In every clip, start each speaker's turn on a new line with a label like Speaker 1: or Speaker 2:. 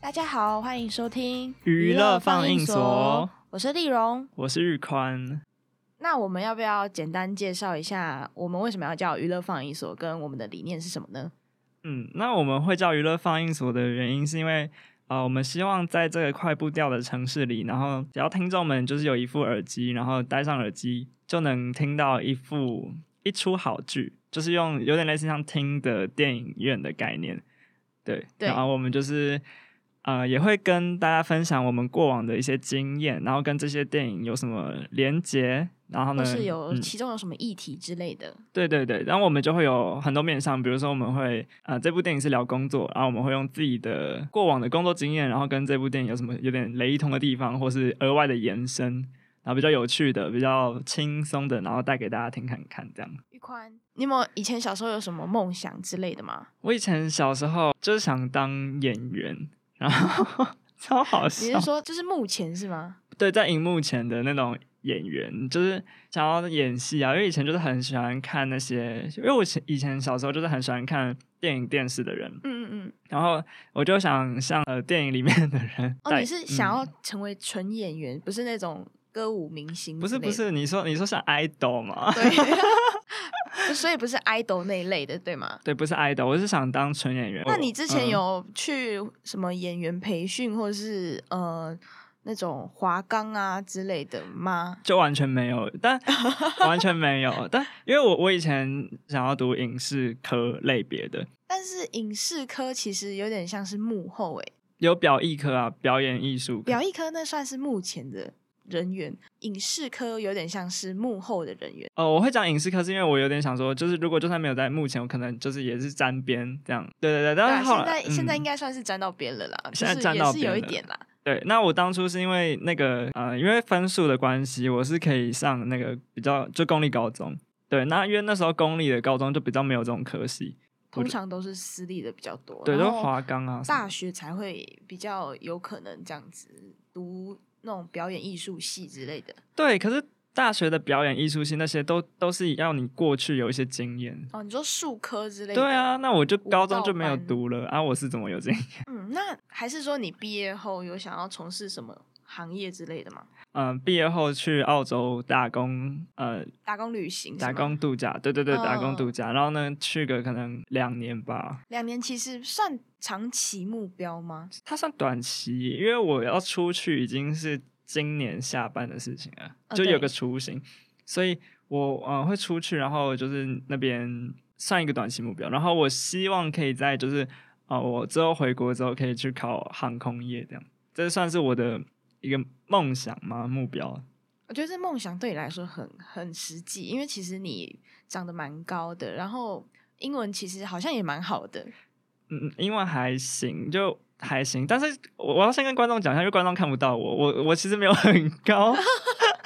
Speaker 1: 大家好，欢迎收听
Speaker 2: 娱乐放映所，
Speaker 1: 我是丽蓉。
Speaker 2: 我是日宽。
Speaker 1: 那我们要不要简单介绍一下我们为什么要叫娱乐放映所，跟我们的理念是什么呢？
Speaker 2: 嗯，那我们会叫娱乐放映所的原因，是因为呃，我们希望在这个快步调的城市里，然后只要听众们就是有一副耳机，然后戴上耳机，就能听到一副一出好剧，就是用有点类似像听的电影院的概念。对，
Speaker 1: 对
Speaker 2: 然后我们就是。呃，也会跟大家分享我们过往的一些经验，然后跟这些电影有什么连结，然
Speaker 1: 或
Speaker 2: 后呢，
Speaker 1: 是有
Speaker 2: 嗯
Speaker 1: 其中有什么议题之类的？
Speaker 2: 对对对，然后我们就会有很多面向，比如说我们会呃这部电影是聊工作，然后我们会用自己的过往的工作经验，然后跟这部电影有什么有点雷同的地方，或是额外的延伸，然后比较有趣的、比较轻松的，然后带给大家听看看这样。
Speaker 1: 玉宽，你有没有以前小时候有什么梦想之类的吗？
Speaker 2: 我以前小时候就是想当演员，然后 超好笑。
Speaker 1: 你是说就是目前是吗？
Speaker 2: 对，在荧幕前的那种演员，就是想要演戏啊。因为以前就是很喜欢看那些，因为我以前以前小时候就是很喜欢看电影、电视的人，
Speaker 1: 嗯嗯嗯。
Speaker 2: 然后我就想像呃电影里面的人在。
Speaker 1: 哦，你是想要
Speaker 2: 嗯
Speaker 1: 成为纯演员，不是那种歌舞明星？
Speaker 2: 不是嗯不。是，你说你说像 idol 吗？
Speaker 1: 对， 所以不是 idol 那一类的，对吗？
Speaker 2: 对，不是 idol，我是想当纯演员。
Speaker 1: 那你之前
Speaker 2: 嗯
Speaker 1: 有去什么演员培训，或者是呃那种华冈啊之类的吗？
Speaker 2: 就完全没有，但 完全没有，但因为我我以前想要读影视科类别的，
Speaker 1: 但是影视科其实有点像是幕后诶、
Speaker 2: 有表艺科啊，表演艺术科，
Speaker 1: 表艺科那算是幕前的人员，影视科有点像是幕后的人员。
Speaker 2: 哦，我会讲影视课是因为我有点想说，就是如果就算没有在幕前，我可能就是也是沾边这样。对对
Speaker 1: 对
Speaker 2: 对，但
Speaker 1: 啊，
Speaker 2: 是后
Speaker 1: 现
Speaker 2: 来、嗯
Speaker 1: 在、现在应
Speaker 2: 该
Speaker 1: 该算是沾到边了啦，
Speaker 2: 现在
Speaker 1: 就是
Speaker 2: 沾
Speaker 1: 也
Speaker 2: 到
Speaker 1: 是有
Speaker 2: 边
Speaker 1: 一
Speaker 2: 了
Speaker 1: 点啦。
Speaker 2: 对。那我当初是因为那个呃，因为分数的关系，我是可以上那个比较就公立高中。对，那因为那时候公立的高中就比较没有这种科系，
Speaker 1: 通常都是私立的比较多，
Speaker 2: 对，
Speaker 1: 然
Speaker 2: 就
Speaker 1: 后
Speaker 2: 华冈啊什么
Speaker 1: 哦大学才会比较有可能这样子读那种表演艺术系之类的。
Speaker 2: 对，可是大学的表演艺术系那些都都是要你过去有一些经验。
Speaker 1: 哦，你说术科之类的？
Speaker 2: 对，啊，那我就
Speaker 1: 舞
Speaker 2: 高中
Speaker 1: 蹈
Speaker 2: 就没有
Speaker 1: 班
Speaker 2: 读了啊，我是怎么有经验？
Speaker 1: 嗯，那还是说你毕业后有想要从事什么行业之类的吗？
Speaker 2: 嗯、毕业后去澳洲打工，呃，
Speaker 1: 打工旅行是吗，
Speaker 2: 打工度假，对对对，打
Speaker 1: 嗯
Speaker 2: 工度假，然后呢，去个可能两年吧，
Speaker 1: 两年其实算长期目标吗？
Speaker 2: 它算短期，因为我要出去已经是今年下半的事情了，
Speaker 1: 哦
Speaker 2: 就
Speaker 1: 对
Speaker 2: 有个雏形，所以我嗯、呃会出去，然后就是那边算一个短期目标，然后我希望可以在就是啊、呃我之后回国之后可以去考航空业这样，这算是我的一个梦想吗？目标？
Speaker 1: 我觉得这梦想对你来说很很实际，因为其实你长得蛮高的，然后英文其实好像也蛮好的。
Speaker 2: 嗯，嗯，英文还行，就还行。但是我我要先跟观众讲一下，因为观众看不到我，我我其实没有很高，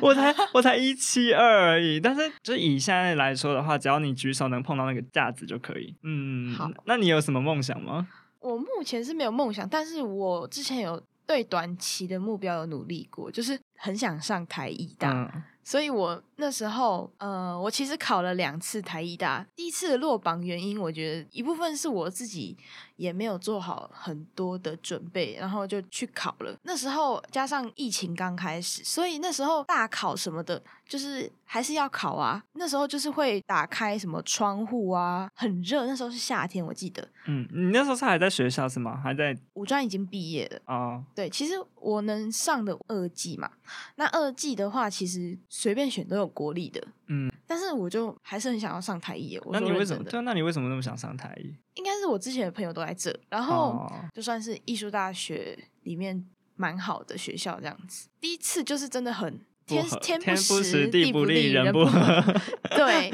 Speaker 2: 我才我才一七二而已。但是就是以现在来说的话，只要你举手能碰到那个架子就可以。嗯，
Speaker 1: 好。
Speaker 2: 那你有什么梦想吗？
Speaker 1: 我目前是没有梦想，但是我之前有对短期的目标有努力过，就是很想上台艺大，
Speaker 2: 嗯，
Speaker 1: 所以我那时候呃，我其实考了两次台艺大，第一次的落榜原因，我觉得一部分是我自己也没有做好很多的准备，然后就去考了。那时候加上疫情刚开始，所以那时候大考什么的，就是还是要考啊。那时候就是会打开什么窗户啊，很热，那时候是夏天，我记得。
Speaker 2: 嗯，你那时候是还在学校是吗？还在
Speaker 1: 五专已经毕业了，
Speaker 2: 哦，
Speaker 1: 对，其实我能上的二技嘛，那二技的话，其实随便选都有国立的，
Speaker 2: 嗯，
Speaker 1: 但是我就还是很想要上台艺耶。我
Speaker 2: 那
Speaker 1: 说
Speaker 2: 你为
Speaker 1: 认
Speaker 2: 什
Speaker 1: 真
Speaker 2: 么？
Speaker 1: 的，
Speaker 2: 对，那你为什么那么想上台艺？
Speaker 1: 应该是我之前的朋友都在这，然后
Speaker 2: 哦，
Speaker 1: 就算是艺术大学里面蛮好的学校这样子。第一次就是真的很
Speaker 2: 不
Speaker 1: 天
Speaker 2: 合
Speaker 1: 天
Speaker 2: 天
Speaker 1: 时
Speaker 2: 时，
Speaker 1: 地
Speaker 2: 不
Speaker 1: 利，
Speaker 2: 人
Speaker 1: 不
Speaker 2: 和。
Speaker 1: 对，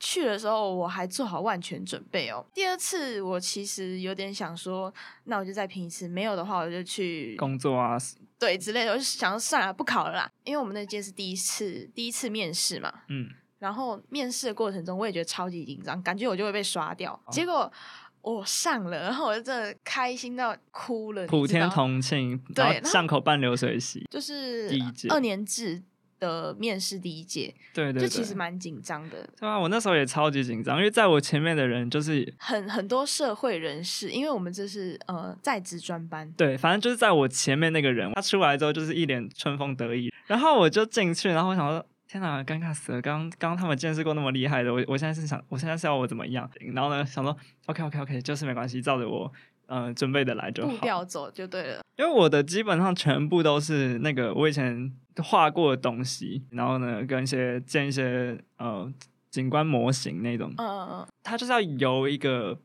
Speaker 1: 去的时候我还做好万全准备哦。第二次我其实有点想说，那我就再拼一次，没有的话我就去
Speaker 2: 工作啊，
Speaker 1: 对之类的，我就想说算了，不考了啦。因为我们那届是第一次第一次面试嘛，
Speaker 2: 嗯，
Speaker 1: 然后面试的过程中我也觉得超级紧张，感觉我就会被刷掉。
Speaker 2: 哦
Speaker 1: 结果我上了，然后我就真的开心到哭了，你
Speaker 2: 普
Speaker 1: 知道
Speaker 2: 天
Speaker 1: 吗
Speaker 2: 同庆，
Speaker 1: 对
Speaker 2: 然
Speaker 1: 然
Speaker 2: 后
Speaker 1: 后
Speaker 2: 巷口办流水席。
Speaker 1: 就是
Speaker 2: 第一届
Speaker 1: 二年制的面试第一届，
Speaker 2: 对对
Speaker 1: 就
Speaker 2: 对，
Speaker 1: 其实蛮紧张的，
Speaker 2: 对啊，我那时候也超级紧张，因为在我前面的人就是
Speaker 1: 很很多社会人士，因为我们这是呃在职专班，
Speaker 2: 对，反正就是在我前面那个人，他出来之后就是一脸春风得意，然后我就进去，然后我想说。天哪，尴尬死了！刚刚刚他们见识过那么厉害的，我我现在是想，我现在是要我怎么样？然后呢，想说，OK OK OK，就是没关系，照着我呃准备的来就
Speaker 1: 步
Speaker 2: 好。
Speaker 1: 调走就对了。
Speaker 2: 因为我的基本上全部都是那个我以前画过的东西，然后呢，跟一些建一些呃景观模型那种，
Speaker 1: 嗯嗯嗯，
Speaker 2: 它就是要由一个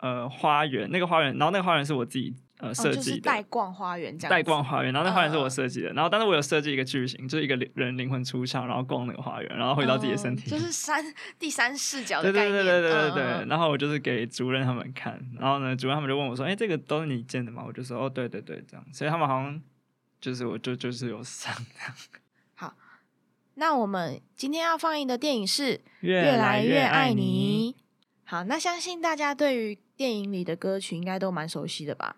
Speaker 2: 呃花园，那个花园，然后那个花园是我自己呃设
Speaker 1: 哦就
Speaker 2: 计
Speaker 1: 是
Speaker 2: 的。
Speaker 1: 带逛花园这样子。
Speaker 2: 带逛花园，然后那花园是我
Speaker 1: 嗯
Speaker 2: 设计的，然后但是我有设计一个剧情，就是一个灵人灵魂出窍，然后逛那个花园，然后回到自己的身体。
Speaker 1: 嗯就是三第三视角
Speaker 2: 对
Speaker 1: 的概
Speaker 2: 对
Speaker 1: 念。
Speaker 2: 对对对对对。
Speaker 1: 嗯嗯嗯
Speaker 2: 然后我就是给主任他们看，然后呢，主任他们就问我说：“哎，这个都是你建的吗？”我就说：“哦，对对对，这样。”所以他们好像就是我就就是有上
Speaker 1: 那我们今天要放映的电影是《
Speaker 2: 越
Speaker 1: 越来
Speaker 2: 越
Speaker 1: 爱
Speaker 2: 你。
Speaker 1: 你》。好，那相信大家对于电影里的歌曲应该都蛮熟悉的吧？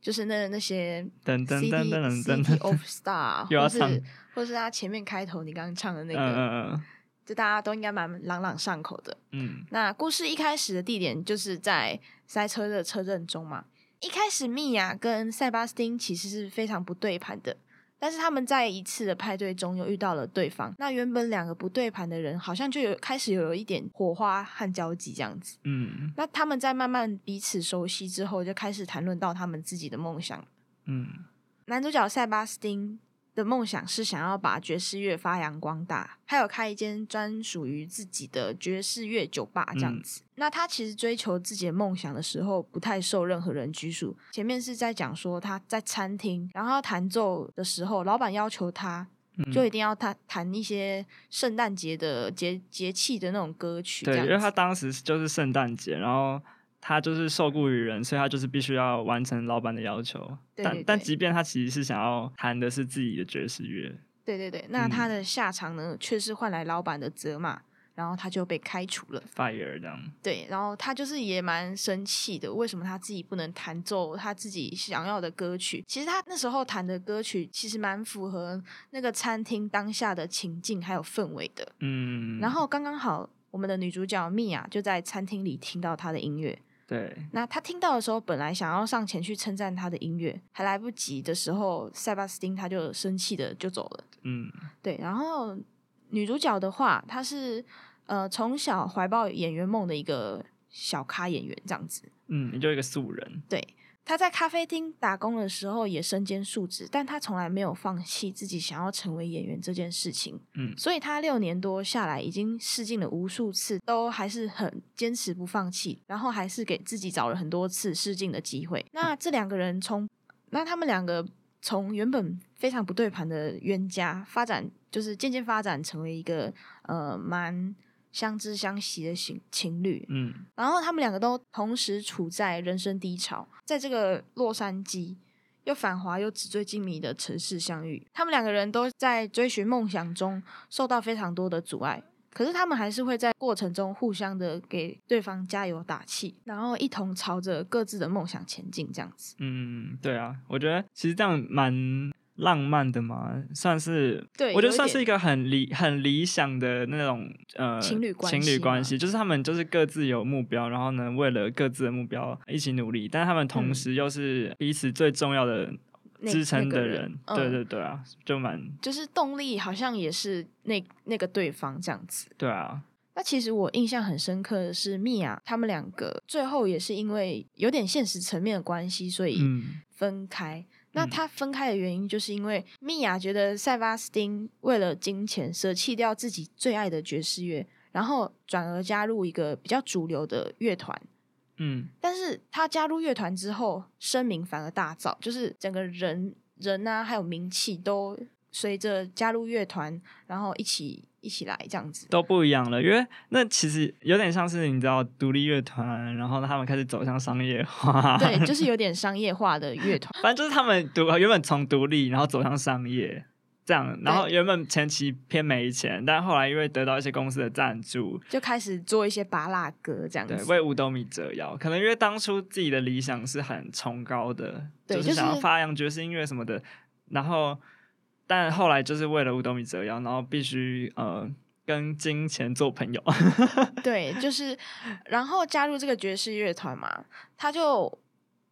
Speaker 1: 就是那那些
Speaker 2: 噔
Speaker 1: CD
Speaker 2: 噔噔噔噔
Speaker 1: City
Speaker 2: 噔。
Speaker 1: of Star，
Speaker 2: 又要
Speaker 1: 或是
Speaker 2: 唱
Speaker 1: 或是他前面开头你刚刚唱的那
Speaker 2: 嗯
Speaker 1: 个，
Speaker 2: 嗯
Speaker 1: 就大家都应该蛮朗朗上口的。
Speaker 2: 嗯
Speaker 1: 那故事一开始的地点就是在塞车的车阵中嘛。一开始，米娅跟塞巴斯汀其实是非常不对盘的，但是他们在一次的派对中又遇到了对方。那原本两个不对盘的人，好像就有开始有一点火花和交集这样子。
Speaker 2: 嗯
Speaker 1: 那他们在慢慢彼此熟悉之后，就开始谈论到他们自己的梦想。
Speaker 2: 嗯
Speaker 1: 男主角塞巴斯汀的梦想是想要把爵士乐发扬光大，还有开一间专属于自己的爵士乐酒吧这
Speaker 2: 嗯
Speaker 1: 样子。那他其实追求自己的梦想的时候，不太受任何人拘束。前面是在讲说他在餐厅，然后他弹奏的时候，老板要求他
Speaker 2: 嗯，
Speaker 1: 就一定要弹弹一些圣诞节的节节气的那种歌曲，这
Speaker 2: 对，因为
Speaker 1: 样
Speaker 2: 他
Speaker 1: 子。
Speaker 2: 当时就是圣诞节，然后他就是受雇于人，所以他就是必须要完成老板的要求。
Speaker 1: 对对
Speaker 2: 但但
Speaker 1: 对
Speaker 2: 即便他其实是想要弹的是自己的爵士乐，
Speaker 1: 对对对，那
Speaker 2: 嗯
Speaker 1: 他的下场呢，却是换来老板的责骂，然后他就被开除了。
Speaker 2: fire 这样。
Speaker 1: 对，然后他就是也蛮生气的，为什么他自己不能弹奏他自己想要的歌曲？其实他那时候弹的歌曲其实蛮符合那个餐厅当下的情境还有氛围的。
Speaker 2: 嗯，
Speaker 1: 然后刚刚好，我们的女主角米娅就在餐厅里听到他的音乐。
Speaker 2: 对，
Speaker 1: 那她听到的时候，本来想要上前去称赞他的音乐，还来不及的时候，塞巴斯汀他就生气的就走了。
Speaker 2: 嗯
Speaker 1: 对，然后女主角的话，她是呃从小怀抱演员梦的一个小咖演员这样子。
Speaker 2: 嗯，你就一个素人，
Speaker 1: 对，她在咖啡厅打工的时候也身兼数职，但她从来没有放弃自己想要成为演员这件事情。
Speaker 2: 嗯
Speaker 1: 所以她六年多下来，已经试镜了无数次，都还是很坚持不放弃，然后还是给自己找了很多次试镜的机会。那这两个人从，那他们两个从原本非常不对盘的冤家，发展就是渐渐发展成为一个呃蛮相知相惜的情情侣。
Speaker 2: 嗯
Speaker 1: 然后他们两个都同时处在人生低潮，在这个洛杉矶又繁华又纸醉金迷的城市相遇，他们两个人都在追寻梦想中受到非常多的阻碍。可是他们还是会在过程中互相的给对方加油打气，然后一同朝着各自的梦想前进，这样子。
Speaker 2: 嗯，对啊，我觉得其实这样蛮浪漫的嘛，算是
Speaker 1: 对
Speaker 2: 我觉
Speaker 1: 有
Speaker 2: 得
Speaker 1: 一
Speaker 2: 算是
Speaker 1: 点
Speaker 2: 一个很理很理想的那种呃
Speaker 1: 情侣关
Speaker 2: 情
Speaker 1: 系
Speaker 2: 侣关
Speaker 1: 嘛
Speaker 2: 系，就是他们就是各自有目标，然后呢为了各自的目标一起努力，但他们同
Speaker 1: 嗯
Speaker 2: 时又是彼此最重要的
Speaker 1: 那
Speaker 2: 支撑
Speaker 1: 那个
Speaker 2: 的
Speaker 1: 人
Speaker 2: 人，
Speaker 1: 嗯
Speaker 2: 对对对啊，就蛮
Speaker 1: 就是动力好像也是那那个对方这样子。
Speaker 2: 对啊，
Speaker 1: 那其实我印象很深刻的是，蜜娅他们两个最后也是因为有点现实层面的关系，所以
Speaker 2: 嗯
Speaker 1: 分开。那
Speaker 2: 嗯
Speaker 1: 他分开的原因，就是因为蜜娅觉得塞巴斯汀为了金钱舍弃掉自己最爱的爵士乐，然后转而加入一个比较主流的乐团。
Speaker 2: 嗯
Speaker 1: 但是他加入乐团之后，声名反而大噪，就是整个人人啊，还有名气都随着加入乐团，然后一起一起来这样子。
Speaker 2: 都不一样了，因为那其实有点像是你知道独立乐团，然后他们开始走向商业化，
Speaker 1: 对， 就是有点商业化的乐团。
Speaker 2: 反正就是他们独呃原本从独立，然后走向商业这样，然后原本前期偏没钱，但后来因为得到一些公司的赞助，
Speaker 1: 就开始做一些巴拉歌这样
Speaker 2: 对，
Speaker 1: 子。
Speaker 2: 为五斗米折腰。可能因为当初自己的理想是很崇高的，
Speaker 1: 对
Speaker 2: 就
Speaker 1: 就是
Speaker 2: 想要
Speaker 1: 是
Speaker 2: 发扬爵士音乐什么的，然后但后来就是为了五斗米折腰，然后必须呃跟金钱做朋友。
Speaker 1: 对，就是然后加入这个爵士乐团嘛，他就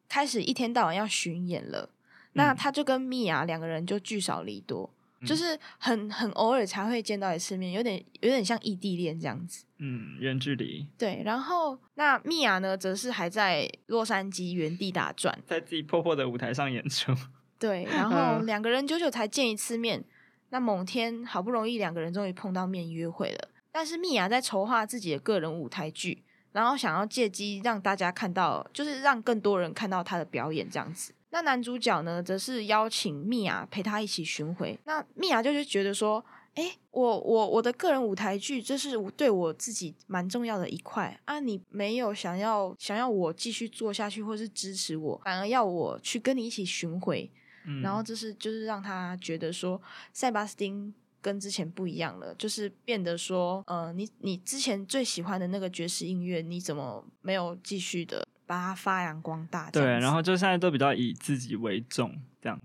Speaker 1: 开始一天到晚要巡演了。那
Speaker 2: 嗯
Speaker 1: 他就跟蜜娅两个人就聚少离多，就是很很偶尔才会见到一次面，有点有点像异地恋这样子。
Speaker 2: 嗯，远距离
Speaker 1: 对，然后那蜜娅呢，则是还在洛杉矶原地打转。
Speaker 2: 在自己破破的舞台上演出，
Speaker 1: 对，然后
Speaker 2: 嗯
Speaker 1: 两个人久久才见一次面。那某天好不容易两个人终于碰到面约会了，但是蜜娅在筹划自己的个人舞台剧，然后想要借机让大家看到，就是让更多人看到她的表演这样子。那男主角呢，则是邀请蜜娅陪他一起巡回。那蜜娅就是觉得说，哎，我我我的个人舞台剧，这是我对我自己蛮重要的一块啊。你没有想要想要我继续做下去，或是支持我，反而要我去跟你一起巡回，
Speaker 2: 嗯，
Speaker 1: 然后就是就是让他觉得说，塞巴斯汀跟之前不一样了，就是变得说，呃，你你之前最喜欢的那个爵士音乐，你怎么没有继续的把它发扬光大？这
Speaker 2: 对，
Speaker 1: 样子
Speaker 2: 然后就现在都比较以自己为重这样。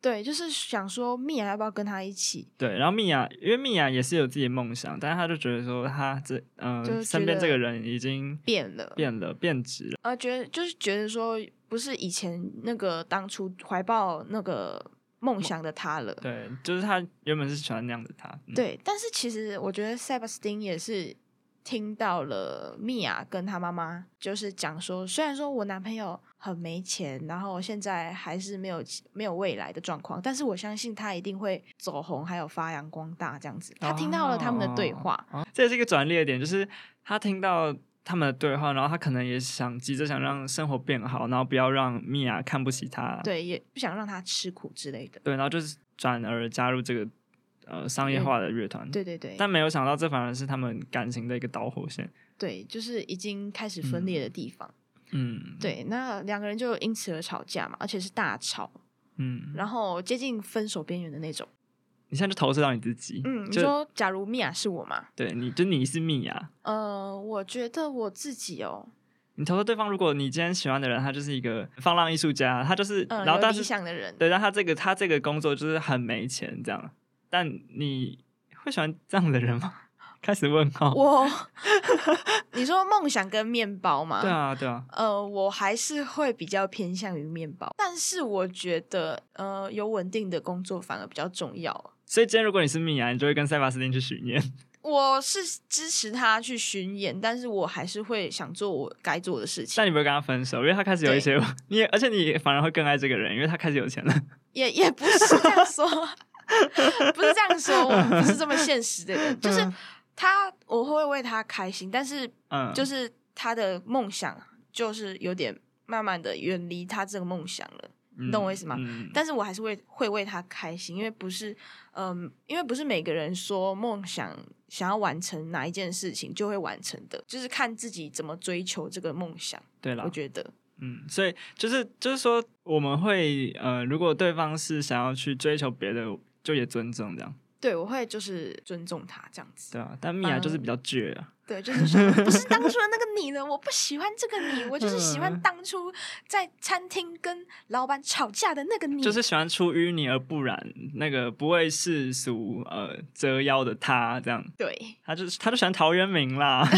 Speaker 1: 对，就是想说，蜜娅要不要跟他一起？
Speaker 2: 对，然后蜜娅，因为蜜娅也是有自己的梦想，但是她就觉得说，她这
Speaker 1: 就
Speaker 2: 呃
Speaker 1: 是
Speaker 2: 身
Speaker 1: 觉
Speaker 2: 边这
Speaker 1: 得
Speaker 2: 个人已经
Speaker 1: 变了，
Speaker 2: 变了，变质了。
Speaker 1: 呃，觉得就是觉得说，不是以前那个当初怀抱那个梦想的他了。
Speaker 2: 对，就是她原本是喜欢那样的她。嗯，
Speaker 1: 对，但是其实我觉得塞巴斯汀也是听到了米娅跟她妈妈就是讲说，虽然说我男朋友很没钱，然后现在还是没有没有未来的状况，但是我相信他一定会走红，还有发扬光大这样子。他听到了他们的对
Speaker 2: 哦
Speaker 1: 话，
Speaker 2: 哦这也是一个转捩点，就是她听到他们的对话，然后她可能也想急着想让生活变好，然后不要让蜜娅看不起她。
Speaker 1: 对，也不想让他吃苦之类的。
Speaker 2: 对，然后就是转而加入这个呃商业
Speaker 1: 乐
Speaker 2: 化的乐团。
Speaker 1: 对对对，
Speaker 2: 但没有想到，这反而是他们感情的一个导火线。
Speaker 1: 对，就是已经开始分裂的地方。
Speaker 2: 嗯，，
Speaker 1: 对，那两个人就因此而吵架嘛，而且是大吵，
Speaker 2: 嗯，
Speaker 1: 然后接近分手边缘的那种。
Speaker 2: 你现在就投射到你自己，
Speaker 1: 嗯，你
Speaker 2: 就
Speaker 1: 说假如米娅是我嘛？
Speaker 2: 对你，就你是蜜娅，
Speaker 1: 呃，我觉得我自己哦，
Speaker 2: 你投射对方。如果你今天喜欢的人，他就是一个放浪艺术家，他就是，
Speaker 1: 嗯、
Speaker 2: 然后
Speaker 1: 有
Speaker 2: 但
Speaker 1: 理
Speaker 2: 是
Speaker 1: 想的人，
Speaker 2: 对，但他这个他这个工作就是很没钱这样，但你会喜欢这样的人吗？开始问号，
Speaker 1: 我， 你说梦想跟面包嘛？
Speaker 2: 对。啊，对啊，
Speaker 1: 呃，我还是会比较偏向于面包，但是我觉得，呃，有稳定的工作反而比较重要。
Speaker 2: 所以今天如果你是蜜啊娅，你就会跟塞巴斯汀去许愿。
Speaker 1: 我是支持他去巡演，但是我还是会想做我该做的事情
Speaker 2: 但。你不会跟他分手，因为他开始有一些， 你也而且你反而会更爱这个人，因为他开始有钱了。
Speaker 1: 也也不是这样说， 不是这样说，我不是这么现实的人。就是
Speaker 2: 嗯
Speaker 1: 他，我会为他开心，但是
Speaker 2: 嗯，
Speaker 1: 就是是他的梦想，就是有点慢慢的远离他这个梦想了。
Speaker 2: 你
Speaker 1: 懂我意思吗
Speaker 2: 嗯、
Speaker 1: 但是我还是会会为他开心，因为不是，嗯，因为不是每个人说梦想想要完成哪一件事情就会完成的，就是看自己怎么追求这个梦想。
Speaker 2: 对了
Speaker 1: 我，觉得，
Speaker 2: 嗯，所以就是就是说，我们会呃，如果对方是想要去追求别的，就也尊重这样，
Speaker 1: 对我会就是尊重他这样子。
Speaker 2: 对啊。但米娅就是
Speaker 1: 嗯
Speaker 2: 比较倔啊，
Speaker 1: 对，就是说不是当初的那个你了，我不喜欢这个你，我就是喜
Speaker 2: 嗯
Speaker 1: 欢当初在餐厅跟老板吵架的那个你。
Speaker 2: 就是喜欢出淤泥而不染，那个不为世俗呃折腰的他这样，
Speaker 1: 对，
Speaker 2: 他就是他就喜欢陶渊明啦。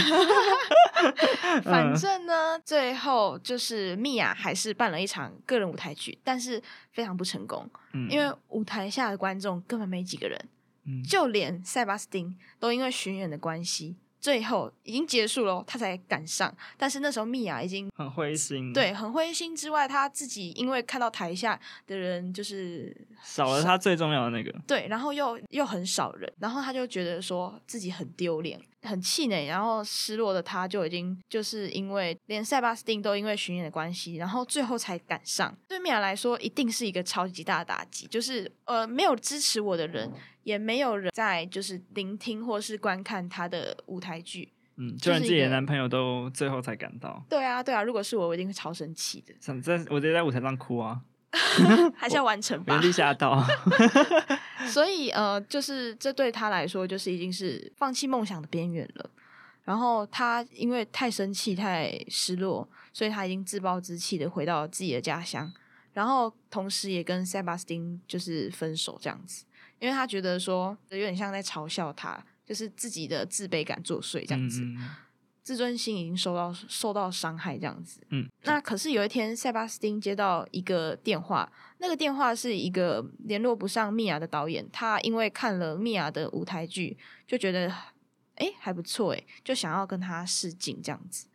Speaker 1: 反正呢，最后就是蜜娅还是办了一场个人舞台剧，但是非常不成功，
Speaker 2: 嗯，
Speaker 1: 因为舞台下的观众根本没几个人，
Speaker 2: 嗯
Speaker 1: 就连塞巴斯汀都因为巡演的关系，最后已经结束了哦，他才赶上。但是那时候蜜啊娅已经
Speaker 2: 很灰心，，
Speaker 1: 对很灰心之外，他自己因为看到台下的人就是
Speaker 2: 少了他最重要的那个，
Speaker 1: 对，然后又又很少人，然后他就觉得说自己很丢脸、很气馁，然后失落的他就已经就是因为连塞巴斯汀都因为巡演的关系，然后最后才赶上。对米娅来说，一定是一个超级大的打击，就是呃没有支持我的人，也没有人在就是聆听或是观看他的舞台剧。
Speaker 2: 嗯，
Speaker 1: 就
Speaker 2: 就连
Speaker 1: 是
Speaker 2: 自己
Speaker 1: 一
Speaker 2: 的
Speaker 1: 个
Speaker 2: 男朋友都最后才赶到。
Speaker 1: 对啊，对啊，如果是我，我一定会超生气的，
Speaker 2: 想在我直接在舞台上哭 啊，
Speaker 1: 还是要完成吧
Speaker 2: 原。地吓到。
Speaker 1: 所以呃，就是这对他来说，就是已经是放弃梦想的边缘了。然后他因为太生气、太失落，所以他已经自暴自弃的回到自己的家乡，然后同时也跟塞巴斯汀就是分手这样子，因为他觉得说有点像在嘲笑他，就是自己的自卑感作祟这样子，
Speaker 2: 嗯嗯
Speaker 1: 自尊心已经受到受到伤害这样子。
Speaker 2: 嗯，
Speaker 1: 那可是有一天，塞巴斯汀接到一个电话，那个电话是一个联络不上米娅的导演，他因为看了米娅的舞台剧，就觉得诶还不错诶，就想要跟他试镜这样子。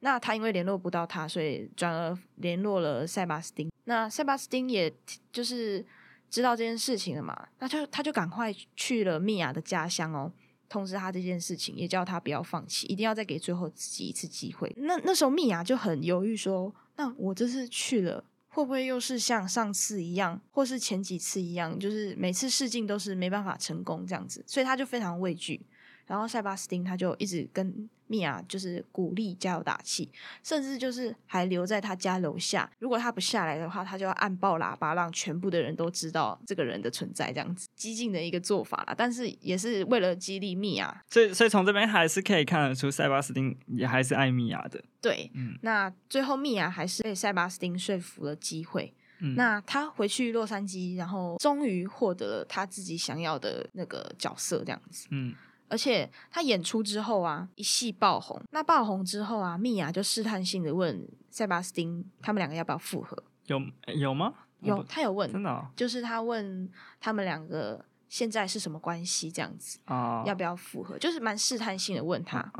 Speaker 1: 那他因为联络不到他，所以转而联络了塞巴斯汀。那塞巴斯汀也就是知道这件事情了嘛，那就他就赶快去了米娅的家乡哦，通知他这件事情，也叫他不要放弃，一定要再给最后自己一次机会。那那时候蜜雅就很犹豫说：“那我这次去了，会不会又是像上次一样，或是前几次一样，就是每次试镜都是没办法成功这样子？”所以他就非常畏惧。然后塞巴斯汀他就一直跟蜜雅就是鼓励加油打气，甚至就是还留在他家楼下。如果他不下来的话，他就要按爆喇叭，让全部的人都知道这个人的存在，这样子激进的一个做法啦。但是也是为了激励蜜啊娅。
Speaker 2: 所以所以从这边还是可以看得出，塞巴斯汀也还是艾米亚的。
Speaker 1: 对，
Speaker 2: 嗯
Speaker 1: 那最后蜜娅还是被塞巴斯汀说服了机会。
Speaker 2: 嗯，
Speaker 1: 那他回去洛杉矶，然后终于获得了他自己想要的那个角色，这样子。
Speaker 2: 嗯
Speaker 1: 而且他演出之后啊，一系爆红。那爆红之后啊，蜜娅就试探性的问塞巴斯汀，他们两个要不要复合？
Speaker 2: 有有吗？
Speaker 1: 有，
Speaker 2: 我
Speaker 1: 他有
Speaker 2: 不真
Speaker 1: 问，
Speaker 2: 的哦
Speaker 1: 就是他问他们两个现在是什么关系这样子，
Speaker 2: 啊，
Speaker 1: 要不要复合？就是蛮试探性的问他。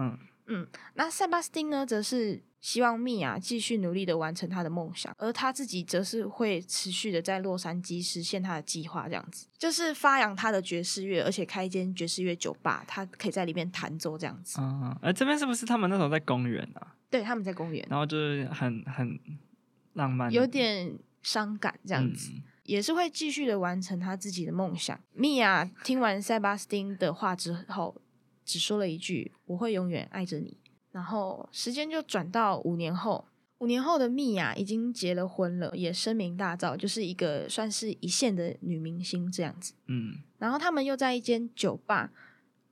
Speaker 2: 嗯
Speaker 1: 那塞巴斯汀呢，则是希望蜜娅继续努力的完成她的梦想，而他自己则是会持续的在洛杉矶实现他的计划，这样子就是发扬他的爵士乐，而且开一间爵士乐酒吧，他可以在里面弹奏这样子。
Speaker 2: 啊，哎、这边是不是他们那时候在公园啊？
Speaker 1: 对，他们在公园
Speaker 2: 然后就是很很浪漫的，
Speaker 1: 有点伤感这
Speaker 2: 这
Speaker 1: 样子。
Speaker 2: 嗯、
Speaker 1: 也是会继续的完成他自己的梦想。米娅听完塞巴斯汀的话之后，只说了一句：“我会永远爱着你。”然后时间就转到五年后，五年后的米娅已经结了婚了，也声名大噪，就是一个算是一线的女明星这样子。
Speaker 2: 嗯，
Speaker 1: 然后他们又在一间酒吧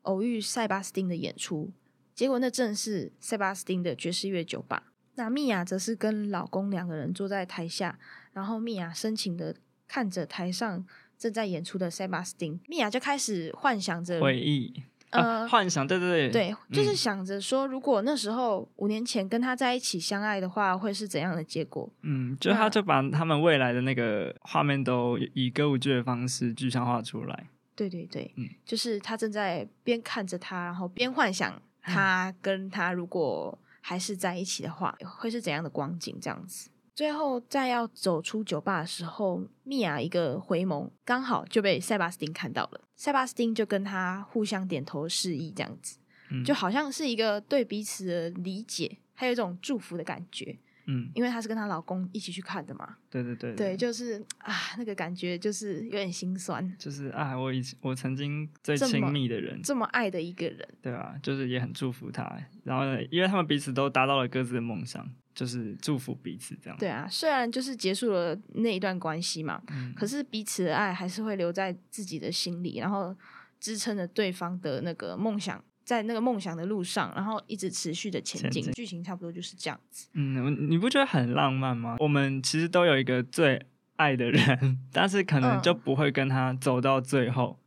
Speaker 1: 偶遇塞巴斯汀的演出，结果那正是塞巴斯汀的爵士乐酒吧。那蜜娅则是跟老公两个人坐在台下，然后蜜娅深情的看着台上正在演出的塞巴斯汀，蜜娅就开始幻想着，
Speaker 2: 回忆，啊
Speaker 1: 嗯呃，
Speaker 2: 幻想，对对对，
Speaker 1: 对，就是
Speaker 2: 嗯
Speaker 1: 想着说，如果那时候五年前跟他在一起相爱的话，会是怎样的结果？
Speaker 2: 嗯，就他
Speaker 1: 那
Speaker 2: 就把他们未来的那个画面都以歌舞剧的方式具象化出来，
Speaker 1: 对对对，
Speaker 2: 嗯
Speaker 1: 就是他正在边看着他，然后边幻想
Speaker 2: 嗯
Speaker 1: 他跟他如果还是在一起的话，会是怎样的光景这样子。最后在要走出酒吧的时候，蜜娅一个回眸，刚好就被塞巴斯汀看到了。塞巴斯汀就跟他互相点头示意，这样子
Speaker 2: 嗯，
Speaker 1: 就好像是一个对彼此的理解，还有一种祝福的感觉，
Speaker 2: 嗯，
Speaker 1: 因为她是跟她老公一起去看的嘛。
Speaker 2: 对对对
Speaker 1: 对，就是啊，那个感觉就是有点心酸，
Speaker 2: 就是啊，我以前我曾经最
Speaker 1: 这么
Speaker 2: 亲密的人，
Speaker 1: 这么爱的一个人。
Speaker 2: 对啊，就是也很祝福他。然后呢，因为他们彼此都达到了各自的梦想，就是祝福彼此这样。
Speaker 1: 对，啊，虽然就是结束了那一段关系嘛，
Speaker 2: 嗯，
Speaker 1: 可是彼此的爱还是会留在自己的心里，然后支撑着对方的那个梦想，在那个梦想的路上，然后一直持续的前
Speaker 2: 前
Speaker 1: 进。
Speaker 2: 进
Speaker 1: 剧情差不多就是这样子。
Speaker 2: 嗯，你不觉得很浪漫吗？我们其实都有一个最爱的人，但是可能
Speaker 1: 嗯
Speaker 2: 就不会跟他走到最后。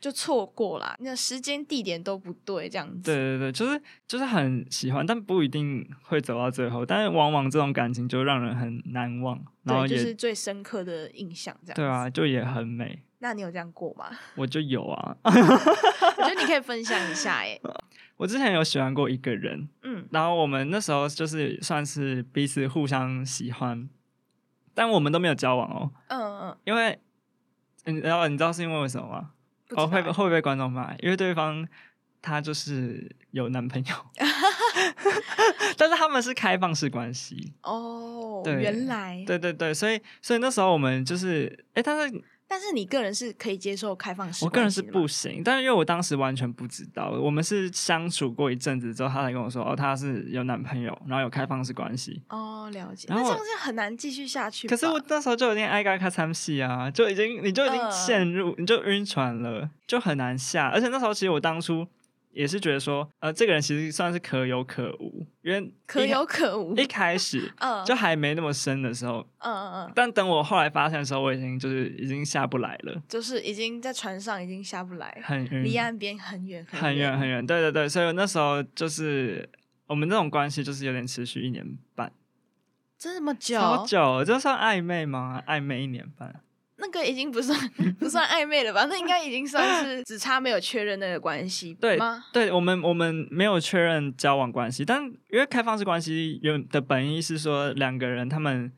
Speaker 1: 就错过啦，那时间地点都不对，这样子。
Speaker 2: 对对对，就是就是很喜欢，但不一定会走到最后。但是往往这种感情就让人很难忘，然后
Speaker 1: 对，
Speaker 2: 也、
Speaker 1: 就是最深刻的印象这样。
Speaker 2: 对啊，，就也很美。
Speaker 1: 那你有这样过吗？
Speaker 2: 我就有啊，
Speaker 1: 我觉得你可以分享一下耶。
Speaker 2: 我之前有喜欢过一个人，
Speaker 1: 嗯
Speaker 2: 然后我们那时候就是算是彼此互相喜欢，但我们都没有交往哦，
Speaker 1: 嗯嗯，
Speaker 2: 因为，嗯，然后你知道是因为什么吗？
Speaker 1: 不知
Speaker 2: 哦，会
Speaker 1: 道欸
Speaker 2: 被会被观众骂，因为对方他就是有男 朋友，但是他们是开放式关系，
Speaker 1: 哦，
Speaker 2: 对
Speaker 1: 原来。
Speaker 2: 对对对，所以所以那时候我们就是，哎，但是
Speaker 1: 但是你个人是可以接受开放式
Speaker 2: 我个人
Speaker 1: 关
Speaker 2: 是
Speaker 1: 系的吗，
Speaker 2: 不行，但是因为我当时完全不知道，我们是相处过一阵子之后，他才跟我说，哦，他是有男朋友，然后有开放式关系，
Speaker 1: 哦，了解。
Speaker 2: 然
Speaker 1: 那
Speaker 2: 后
Speaker 1: 这样
Speaker 2: 我
Speaker 1: 是很难继续下去吧。
Speaker 2: 可是我那时候就已经爱嘎卡参戏啊，就已经你就已经
Speaker 1: 嗯
Speaker 2: 陷入，你就晕船了，就很难下。而且那时候其实我当初也是觉得说，呃，这个人其实算是可有可无，因为
Speaker 1: 可
Speaker 2: 一
Speaker 1: 有可无。
Speaker 2: 一开始
Speaker 1: 嗯，
Speaker 2: 就还没那么深的时候，
Speaker 1: 嗯嗯嗯，
Speaker 2: 但等我后来发现的时候，我已经就是已经下不来了，
Speaker 1: 就是已经在船上已经下不来，
Speaker 2: 很晕
Speaker 1: 离岸边很远
Speaker 2: 嗯很
Speaker 1: 远
Speaker 2: 远很远，对对对，所以我那时候就是我们这种关系就是有点持续一年半，
Speaker 1: 这么久，
Speaker 2: 超久，这算暧昧吗？暧昧一年半，
Speaker 1: 那个已经不 算不算暧昧了吧？那应该已经算是只差没有确认那个关系
Speaker 2: 对
Speaker 1: 吗？
Speaker 2: 对，我们我们没有确认交往关系，但因为开放式关系原的本意是说两个人他们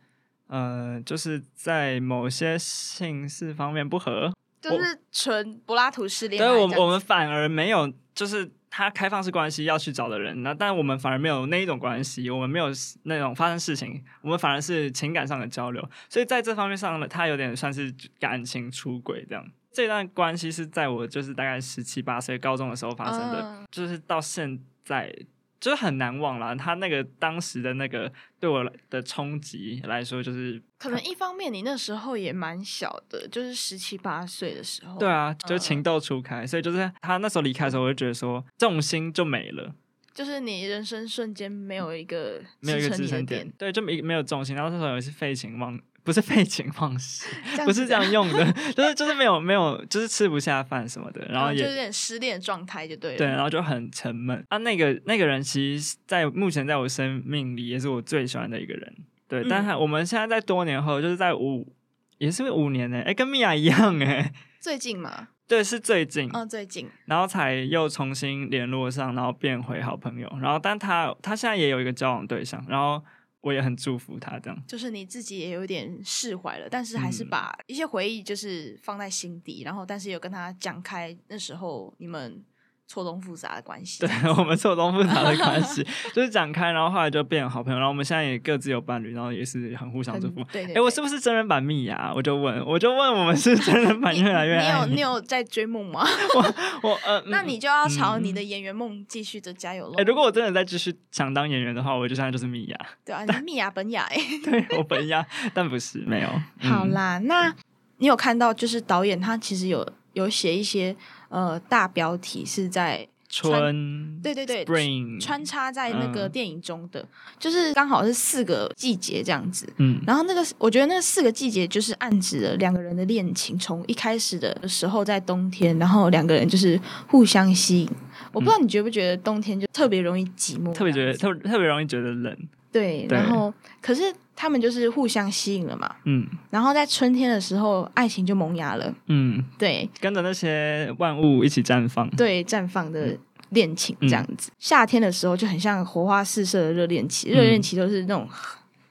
Speaker 2: 呃就是在某些性事方面不合，
Speaker 1: 就是纯柏拉图式恋
Speaker 2: 对
Speaker 1: 爱。
Speaker 2: 我们我们反而没有就是。他开放式关系要去找的人，那但我们反而没有那一种关系，我们没有那种发生事情，我们反而是情感上的交流，所以在这方面上呢，他有点算是感情出轨这样。这段关系是在我就是大概十七八岁高中的时候发生的，
Speaker 1: 嗯
Speaker 2: 就是到现在就是很难忘啦。他那个当时的那个对我的冲击来说，就是
Speaker 1: 可能一方面你那时候也蛮小的，就是十七八岁的时候。
Speaker 2: 对，啊，就
Speaker 1: 嗯
Speaker 2: 情窦初开，所以就是他那时候离开的时候，我就觉得说重心就没了，
Speaker 1: 就是你人生瞬间没有一个
Speaker 2: 没有一个
Speaker 1: 你
Speaker 2: 支
Speaker 1: 的
Speaker 2: 撑点，对，就没没有重心。然后那时候也是废寝忘，不是废寝忘食，
Speaker 1: 点
Speaker 2: 不是这
Speaker 1: 样
Speaker 2: 样
Speaker 1: 子，啊
Speaker 2: 用的， 就是就是没有没有，就是吃不下饭什么的，然后
Speaker 1: 嗯
Speaker 2: 也
Speaker 1: 就有点失恋状态就对了。
Speaker 2: 对，然后就很沉闷。啊，那个那个人其实，在目前在我生命里也是我最喜欢的一个人。对，但
Speaker 1: 嗯
Speaker 2: 他我们现在在多年后，就是在五，也是五年呢、哎、跟米娅一样哎、
Speaker 1: 最近嘛，
Speaker 2: 对，是最近，
Speaker 1: 嗯，最近
Speaker 2: 然后才又重新联络上，然后变回好朋友。然后，但他他现在也有一个交往对象，然后我也很祝福他这样。
Speaker 1: 就是你自己也有点释怀了，但是还是
Speaker 2: 嗯
Speaker 1: 把一些回忆就是放在心底，然后但是有跟他讲开那时候你们错综复杂的关系。
Speaker 2: 对， 我们错综复杂的 关系就是展开，然后后来就变好朋友。然后我们现在也各自有伴侣，然后也是很互相
Speaker 1: 很
Speaker 2: 祝福。
Speaker 1: 对对
Speaker 2: 哎、
Speaker 1: 对，
Speaker 2: 我是不是真人版蜜呀？我就问，我就问我们是真人版
Speaker 1: 你
Speaker 2: 越来越
Speaker 1: 你有
Speaker 2: 爱
Speaker 1: 你有在追梦吗？
Speaker 2: 我呃，
Speaker 1: 那
Speaker 2: 嗯
Speaker 1: 你就要朝你
Speaker 2: 嗯
Speaker 1: 的演员梦继续的加油喽。
Speaker 2: 哎、如果我真的再继续想当演员的话，我就现在就是蜜雅，
Speaker 1: 对啊，你是蜜雅本雅哎、
Speaker 2: 对我本雅，但不是没有。
Speaker 1: 好
Speaker 2: 嗯，
Speaker 1: 啦，那你有看到就是导演他其实有有写一些呃大标题是在
Speaker 2: 春
Speaker 1: 对对对
Speaker 2: spring
Speaker 1: 穿插在那个
Speaker 2: 嗯
Speaker 1: 电影中的，就是刚好是四个季节这样子。
Speaker 2: 嗯
Speaker 1: 然后那个，我觉得那四个季节就是暗指了两个人的恋情，从一开始的时候在冬天，然后两个人就是互相吸引。我不知道你觉不觉得冬天就特别容易寂寞这样子，
Speaker 2: 嗯
Speaker 1: 啊
Speaker 2: 特别觉得特特别容易觉得冷。
Speaker 1: 对。
Speaker 2: 对
Speaker 1: 然后，可是他们就是互相吸引了嘛。
Speaker 2: 嗯
Speaker 1: 然后在春天的时候，爱情就萌芽了。
Speaker 2: 嗯，
Speaker 1: 对，
Speaker 2: 跟着那些万物一起绽放。
Speaker 1: 对绽放的恋情
Speaker 2: 嗯
Speaker 1: 这样子。夏天的时候就很像火花四射的热恋期，热
Speaker 2: 嗯
Speaker 1: 恋期都是那种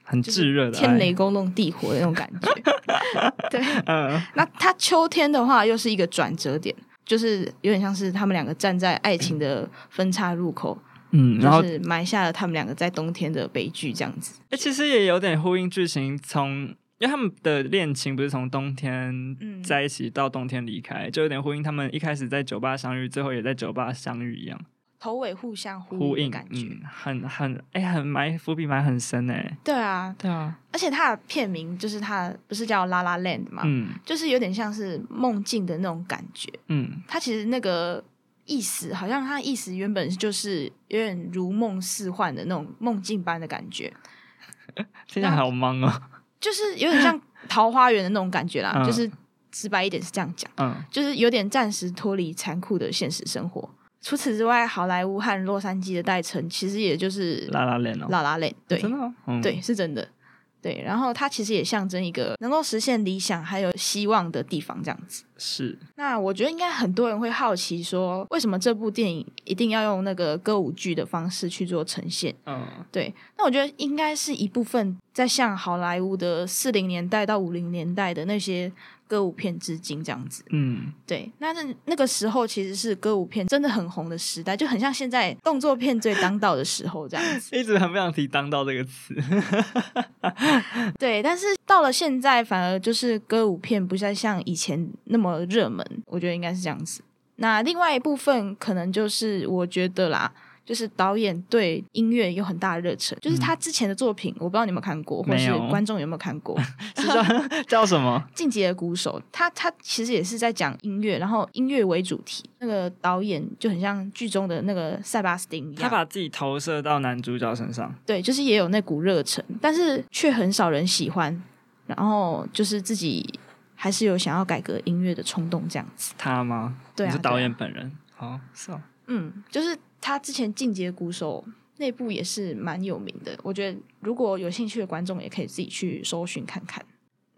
Speaker 2: 很
Speaker 1: 就
Speaker 2: 炙
Speaker 1: 是
Speaker 2: 热的
Speaker 1: 天
Speaker 2: 爱
Speaker 1: 雷勾动地火的那种感觉。对，
Speaker 2: 嗯
Speaker 1: 那它秋天的话又是一个转折点。就是有点像是他们两个站在爱情的分岔路口，
Speaker 2: 嗯，然后
Speaker 1: 就是埋下了他们两个在冬天的悲剧这样子。
Speaker 2: 哎、其实也有点呼应剧情从，因为他们的恋情不是从冬天
Speaker 1: 嗯
Speaker 2: 在一起到冬天离开，就有点呼应他们一开始在酒吧相遇，最后也在酒吧相遇一样，
Speaker 1: 头尾互相呼
Speaker 2: 呼
Speaker 1: 应
Speaker 2: 应
Speaker 1: 的感觉，
Speaker 2: 嗯，很很哎、很埋伏笔埋很深哎、
Speaker 1: 对啊，
Speaker 2: 对啊，
Speaker 1: 而且它的片名就是它不是叫《La La Land》嘛，
Speaker 2: 嗯
Speaker 1: 就是有点像是梦境的那种感觉。
Speaker 2: 嗯，
Speaker 1: 它其实那个意思，好像它的意思原本就是有点如梦似幻的那种梦境般的感觉，
Speaker 2: 听起来好忙哦，
Speaker 1: 就是有点像桃花源的那种感觉啦。
Speaker 2: 嗯
Speaker 1: 就是直白一点是这样讲，
Speaker 2: 嗯
Speaker 1: 就是有点暂时脱离残酷的现实生活。除此之外，好莱坞和洛杉矶的代称其实也就是
Speaker 2: 拉拉链哦，
Speaker 1: 拉拉类，对
Speaker 2: 真的、哦，嗯、，
Speaker 1: 对，是真的。对，然后它其实也象征一个能够实现理想还有希望的地方，这样子。
Speaker 2: 是，
Speaker 1: 那我觉得应该很多人会好奇说，为什么这部电影一定要用那个歌舞剧的方式去做呈现？
Speaker 2: 嗯
Speaker 1: 对，那我觉得应该是一部分在向好莱坞的四零年代到五零年代的那些歌舞片致敬，这样子。
Speaker 2: 嗯，
Speaker 1: 对，那那那个时候其实是歌舞片真的很红的时代，就很像现在动作片最当道的时候这样子。
Speaker 2: 一直很不想提“当道”这个词，
Speaker 1: 对，但是到了现在，反而就是歌舞片不再像以前那么热门，我觉得应该是这样子。那另外一部分可能就是我觉得啦，就是导演对音乐有很大的热忱，就是他之前的作品，我不知道你有没有看过，或
Speaker 2: 嗯没
Speaker 1: 是
Speaker 2: 有
Speaker 1: 观众有没有看过
Speaker 2: 是 叫叫什么？
Speaker 1: 《进击的鼓手》他，他其实也是在讲音乐，然后音乐为主题。那个导演就很像剧中的那个塞巴斯汀一
Speaker 2: 他
Speaker 1: 样，
Speaker 2: 把自己投射到男主角身上，
Speaker 1: 对，就是也有那股热忱，但是却很少人喜欢。然后就是自己还是有想要改革音乐的冲动，这样子。
Speaker 2: 他吗？
Speaker 1: 对啊
Speaker 2: 你是
Speaker 1: 对啊
Speaker 2: 导演本人。哦，是哦，
Speaker 1: 嗯，就是他之前《进阶鼓手》那部也是蛮有名的，我觉得如果有兴趣的观众也可以自己去搜寻看看。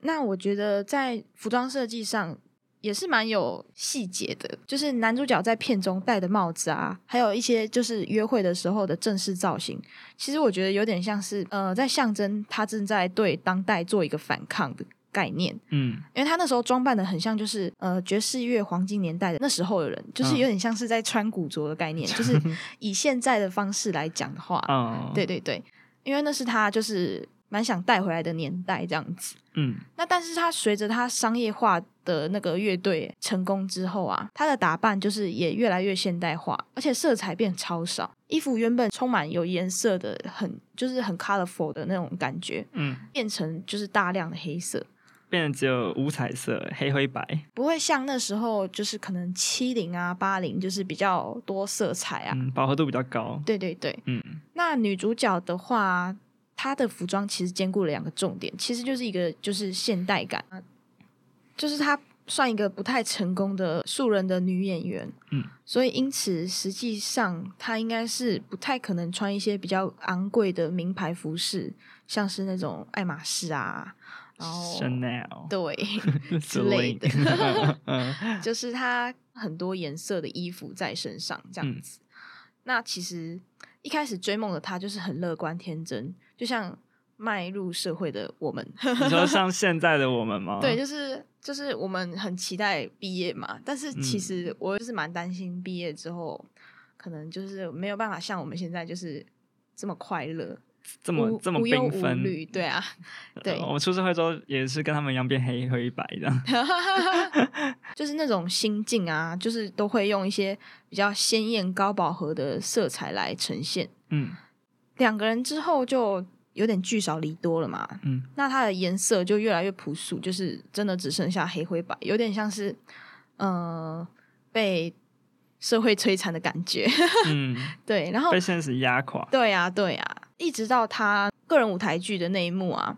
Speaker 1: 那我觉得在服装设计上也是蛮有细节的，就是男主角在片中戴的帽子啊，还有一些就是约会的时候的正式造型，其实我觉得有点像是呃，在象征他正在对当代做一个反抗的概念。
Speaker 2: 嗯，
Speaker 1: 因为他那时候装扮的很像，就是呃爵士乐黄金年代的那时候的人，就是
Speaker 2: 嗯
Speaker 1: 有点像是在穿古着的概念，就是以现在的方式来讲的话，
Speaker 2: 哦，
Speaker 1: 对，对对，因为那是他就是蛮想带回来的年代这样子。
Speaker 2: 嗯，
Speaker 1: 那但是他随着他商业化的那个乐队成功之后啊，他的打扮就是也越来越现代化，而且色彩变超少，衣服原本充满有颜色的，很就是很 colorful 的那种感觉，
Speaker 2: 嗯，
Speaker 1: 变成就是大量的黑色。
Speaker 2: 变得只有五彩色，黑灰白，
Speaker 1: 不会像那时候就是可能七零啊八零就是比较多色彩啊。
Speaker 2: 嗯，饱和度比较高，
Speaker 1: 对对对，
Speaker 2: 嗯
Speaker 1: 那女主角的话，她的服装其实兼顾了两个重点，其实就是一个就是现代感，啊就是她算一个不太成功的素人的女演员，
Speaker 2: 嗯，
Speaker 1: 所以因此实际上她应该是不太可能穿一些比较昂贵的名牌服饰，像是那种爱马仕啊，然后
Speaker 2: ，Chanel
Speaker 1: 对。
Speaker 2: 之
Speaker 1: 类的
Speaker 2: 嗯
Speaker 1: 就是他很多颜色的衣服在身上这样
Speaker 2: 嗯
Speaker 1: 子。那其实一开始追梦的他就是很乐观天真，就像迈入社会的我们，
Speaker 2: 你说像现在的我们吗？
Speaker 1: 对，就是就是我们很期待毕业嘛，但是其
Speaker 2: 嗯
Speaker 1: 实我就是蛮担心毕业之后，可能就是没有办法像我们现在就是这么快乐，这
Speaker 2: 这么这么
Speaker 1: 无忧
Speaker 2: 缤
Speaker 1: 无
Speaker 2: 纷。
Speaker 1: 虑，对啊，对
Speaker 2: 呃我出社会之后也是跟他们一样变黑灰白的。
Speaker 1: 就是那种心境啊，就是都会用一些比较鲜艳、高饱和的色彩来呈现。
Speaker 2: 嗯
Speaker 1: 两个人之后就有点聚少离多了嘛，
Speaker 2: 嗯，
Speaker 1: 那它的颜色就越来越朴素，就是真的只剩下黑灰白，有点像是呃被社会摧残的感觉。
Speaker 2: 嗯，
Speaker 1: 对，然后
Speaker 2: 被现实压垮。
Speaker 1: 对呀、对呀、一直到他个人舞台剧的那一幕啊，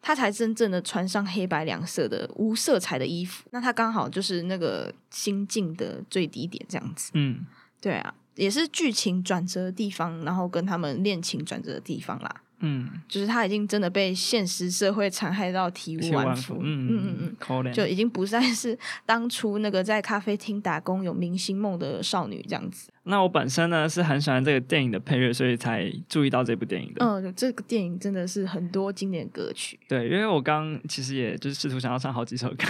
Speaker 1: 他才真正的穿上黑白两色的无色彩的衣服。那他刚好就是那个心境的最低点，这样子。
Speaker 2: 嗯，
Speaker 1: 对啊，也是剧情转折的地方，然后跟他们恋情转折的地方啦。
Speaker 2: 嗯，
Speaker 1: 就是他已经真的被现实社会残害到体无
Speaker 2: 千
Speaker 1: 完
Speaker 2: 万
Speaker 1: 肤
Speaker 2: 富，，
Speaker 1: 嗯
Speaker 2: 嗯
Speaker 1: 嗯嗯，
Speaker 2: 可怜，
Speaker 1: 就已经不再是当初那个在咖啡厅打工有明星梦的少女这样子。
Speaker 2: 那我本身呢是很喜欢这个电影的配乐，所以才注意到这部电影的。
Speaker 1: 嗯，这个电影真的是很多经典歌曲，
Speaker 2: 对，因为我刚其实也就是试图想要唱好几首歌，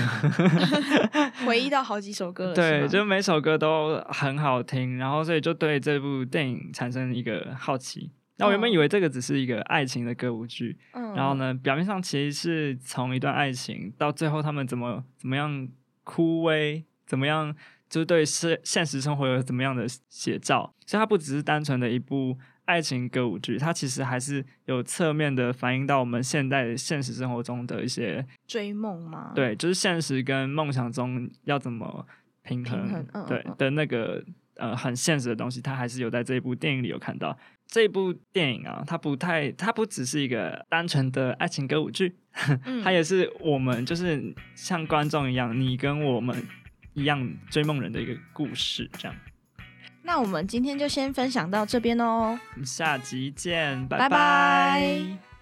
Speaker 1: 回忆到好几首歌了。是
Speaker 2: 对，
Speaker 1: 吗
Speaker 2: 就每首歌都很好听，然后所以就对这部电影产生一个好奇。那我原本
Speaker 1: 嗯
Speaker 2: 以为这个只是一个爱情的歌舞剧，
Speaker 1: 嗯
Speaker 2: 然后？呢，表面上其实是从一段爱情到最后他们怎么怎么样枯萎，怎么样就是对现现实生活有怎么样的写照，所以它不只是单纯的一部爱情歌舞剧，它其实还是有侧面的反映到我们现代现实生活中的一些
Speaker 1: 追梦吗？，
Speaker 2: 对，就是现实跟梦想中要怎么平衡，
Speaker 1: 平衡嗯
Speaker 2: 对
Speaker 1: 嗯嗯
Speaker 2: 的那个呃很现实的东西，它还是有在这一部电影里有看到。这部电影啊，它不太，它不只是一个单纯的爱情歌舞剧，
Speaker 1: 嗯
Speaker 2: 它也是我们就是像观众一样，你跟我们一样追梦人的一个故事。这样，
Speaker 1: 那我们今天就先分享到这边哦。
Speaker 2: 下集见，
Speaker 1: 拜
Speaker 2: 拜
Speaker 1: 拜